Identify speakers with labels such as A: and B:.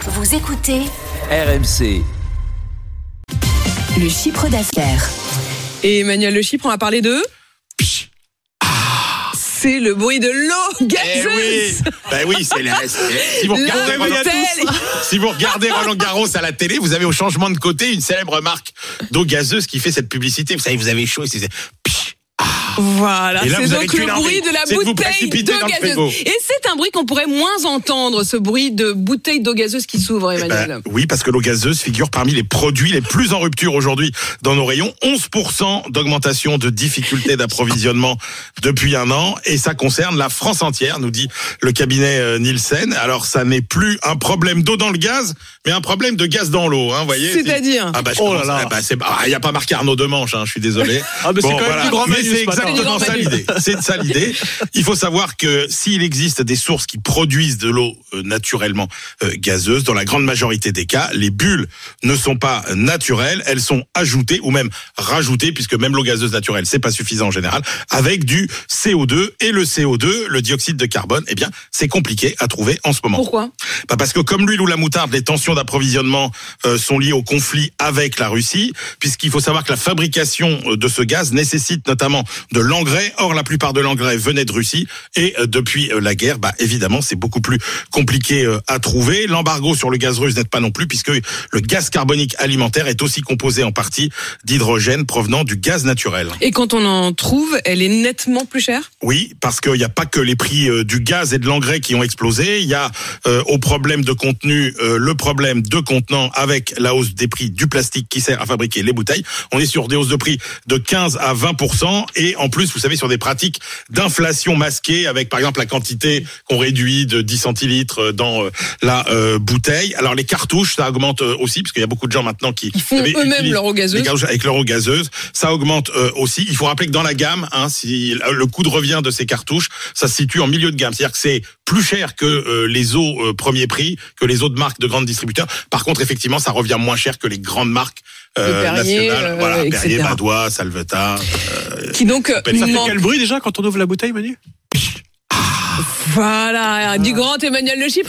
A: Vous écoutez
B: RMC.
A: le chiffre d'affaires.
C: Et Emmanuel Le Chypre, on va parler de. C'est le bruit de l'eau
D: Eh oui
C: gazeuse
D: Bah oui, c'est la... c'est- Si vous
C: La
D: regardez, Roland...
C: belle-
D: si vous regardez Roland Garros à la télé, vous avez au changement de côté une célèbre marque d'eau gazeuse qui fait cette publicité. Vous savez, vous avez chaud et c'est... Psh
C: Voilà,
D: Et là,
C: c'est
D: vous avez
C: donc
D: qu'une
C: le
D: envie,
C: bruit de la
D: c'est de vous
C: bouteille
D: précipiter
C: d'eau
D: dans le frigo.
C: gazeuse. Et c'est un bruit qu'on pourrait moins entendre, ce bruit de bouteille d'eau gazeuse qui s'ouvre, Emmanuel.
D: Bah, oui, parce que l'eau gazeuse figure parmi les produits les plus en rupture aujourd'hui dans nos rayons. 11% d'augmentation de difficultés d'approvisionnement depuis un an. Et ça concerne la France entière, nous dit le cabinet euh, Nielsen. Alors, ça n'est plus un problème d'eau dans le gaz, mais un problème de gaz dans l'eau. Hein, voyez
C: C'est-à-dire
D: Ah bah, je
E: Oh là
D: commence-
E: là.
D: ah bah, c'est- ah, il n'y a pas marqué Arnaud Demanche, hein, je suis désolé.
E: Ah, mais c'est quand même du grand
D: Mais
E: Manu
D: c'est
E: ce matin.
C: C'est
D: exactement ça
C: du grand
D: l'idée. C'est ça l'idée. Il faut savoir que s'il existe des sources qui produisent de l'eau euh, naturellement euh, gazeuse, dans la grande majorité des cas, les bulles ne sont pas naturelles, elles sont ajoutées ou même rajoutées, puisque même l'eau gazeuse naturelle, c'est pas suffisant en général, avec du CO2 et le CO2, le dioxyde de carbone, eh bien, c'est compliqué à trouver en ce moment.
C: Pourquoi
D: Bah parce que comme l'huile ou la moutarde, les tensions d'approvisionnement euh, sont liées au conflit avec la Russie, puisqu'il faut savoir que la fabrication euh, de ce gaz nécessite notamment de l'engrais. Or, la plupart de l'engrais venait de Russie, et euh, depuis euh, la guerre, bah, évidemment, c'est beaucoup plus compliqué euh, à trouver. L'embargo sur le gaz russe n'aide pas non plus, puisque le gaz carbonique alimentaire est aussi composé en partie d'hydrogène provenant du gaz naturel.
C: Et quand on en trouve, elle est nettement plus chère
D: Oui, parce qu'il n'y a pas que les prix euh, du gaz et de l'engrais qui ont explosé. Il y a euh, au problème de contenu euh, le problème de contenant avec la hausse des prix du plastique qui sert à fabriquer les bouteilles. On est sur des hausses de prix de 15 à 20 et en plus, vous savez, sur des pratiques d'inflation masquée avec par exemple la quantité qu'on réduit de 10 centilitres euh, dans euh, la euh, bouteille. Alors les cartouches, ça augmente euh, aussi parce qu'il y a beaucoup de gens maintenant qui
C: Ils font
D: vous savez,
C: eux-mêmes
D: utilisent-
C: leur eau gazeuse.
D: Eh ben, les cartouches avec l'euro gazeuse. Ça augmente euh, aussi. Il faut rappeler que dans la gamme, hein, si le coût de revient de ces cartouches, ça se situe en milieu de gamme. C'est-à-dire que c'est plus cher que euh, les eaux euh, premier prix, que les eaux de marque de grandes distributeurs. Par contre, effectivement, ça revient moins cher que les grandes marques euh,
C: Le Perrier,
D: nationales.
C: euh,
D: voilà, Perrier,
C: etc.
D: Badois, Salvetat.
C: Qui donc euh,
D: Ça fait
E: Ça fait
C: manque.
E: quel bruit déjà quand on ouvre la bouteille, Manu
D: Ah.
C: Voilà, du grand Emmanuel Le Chypre.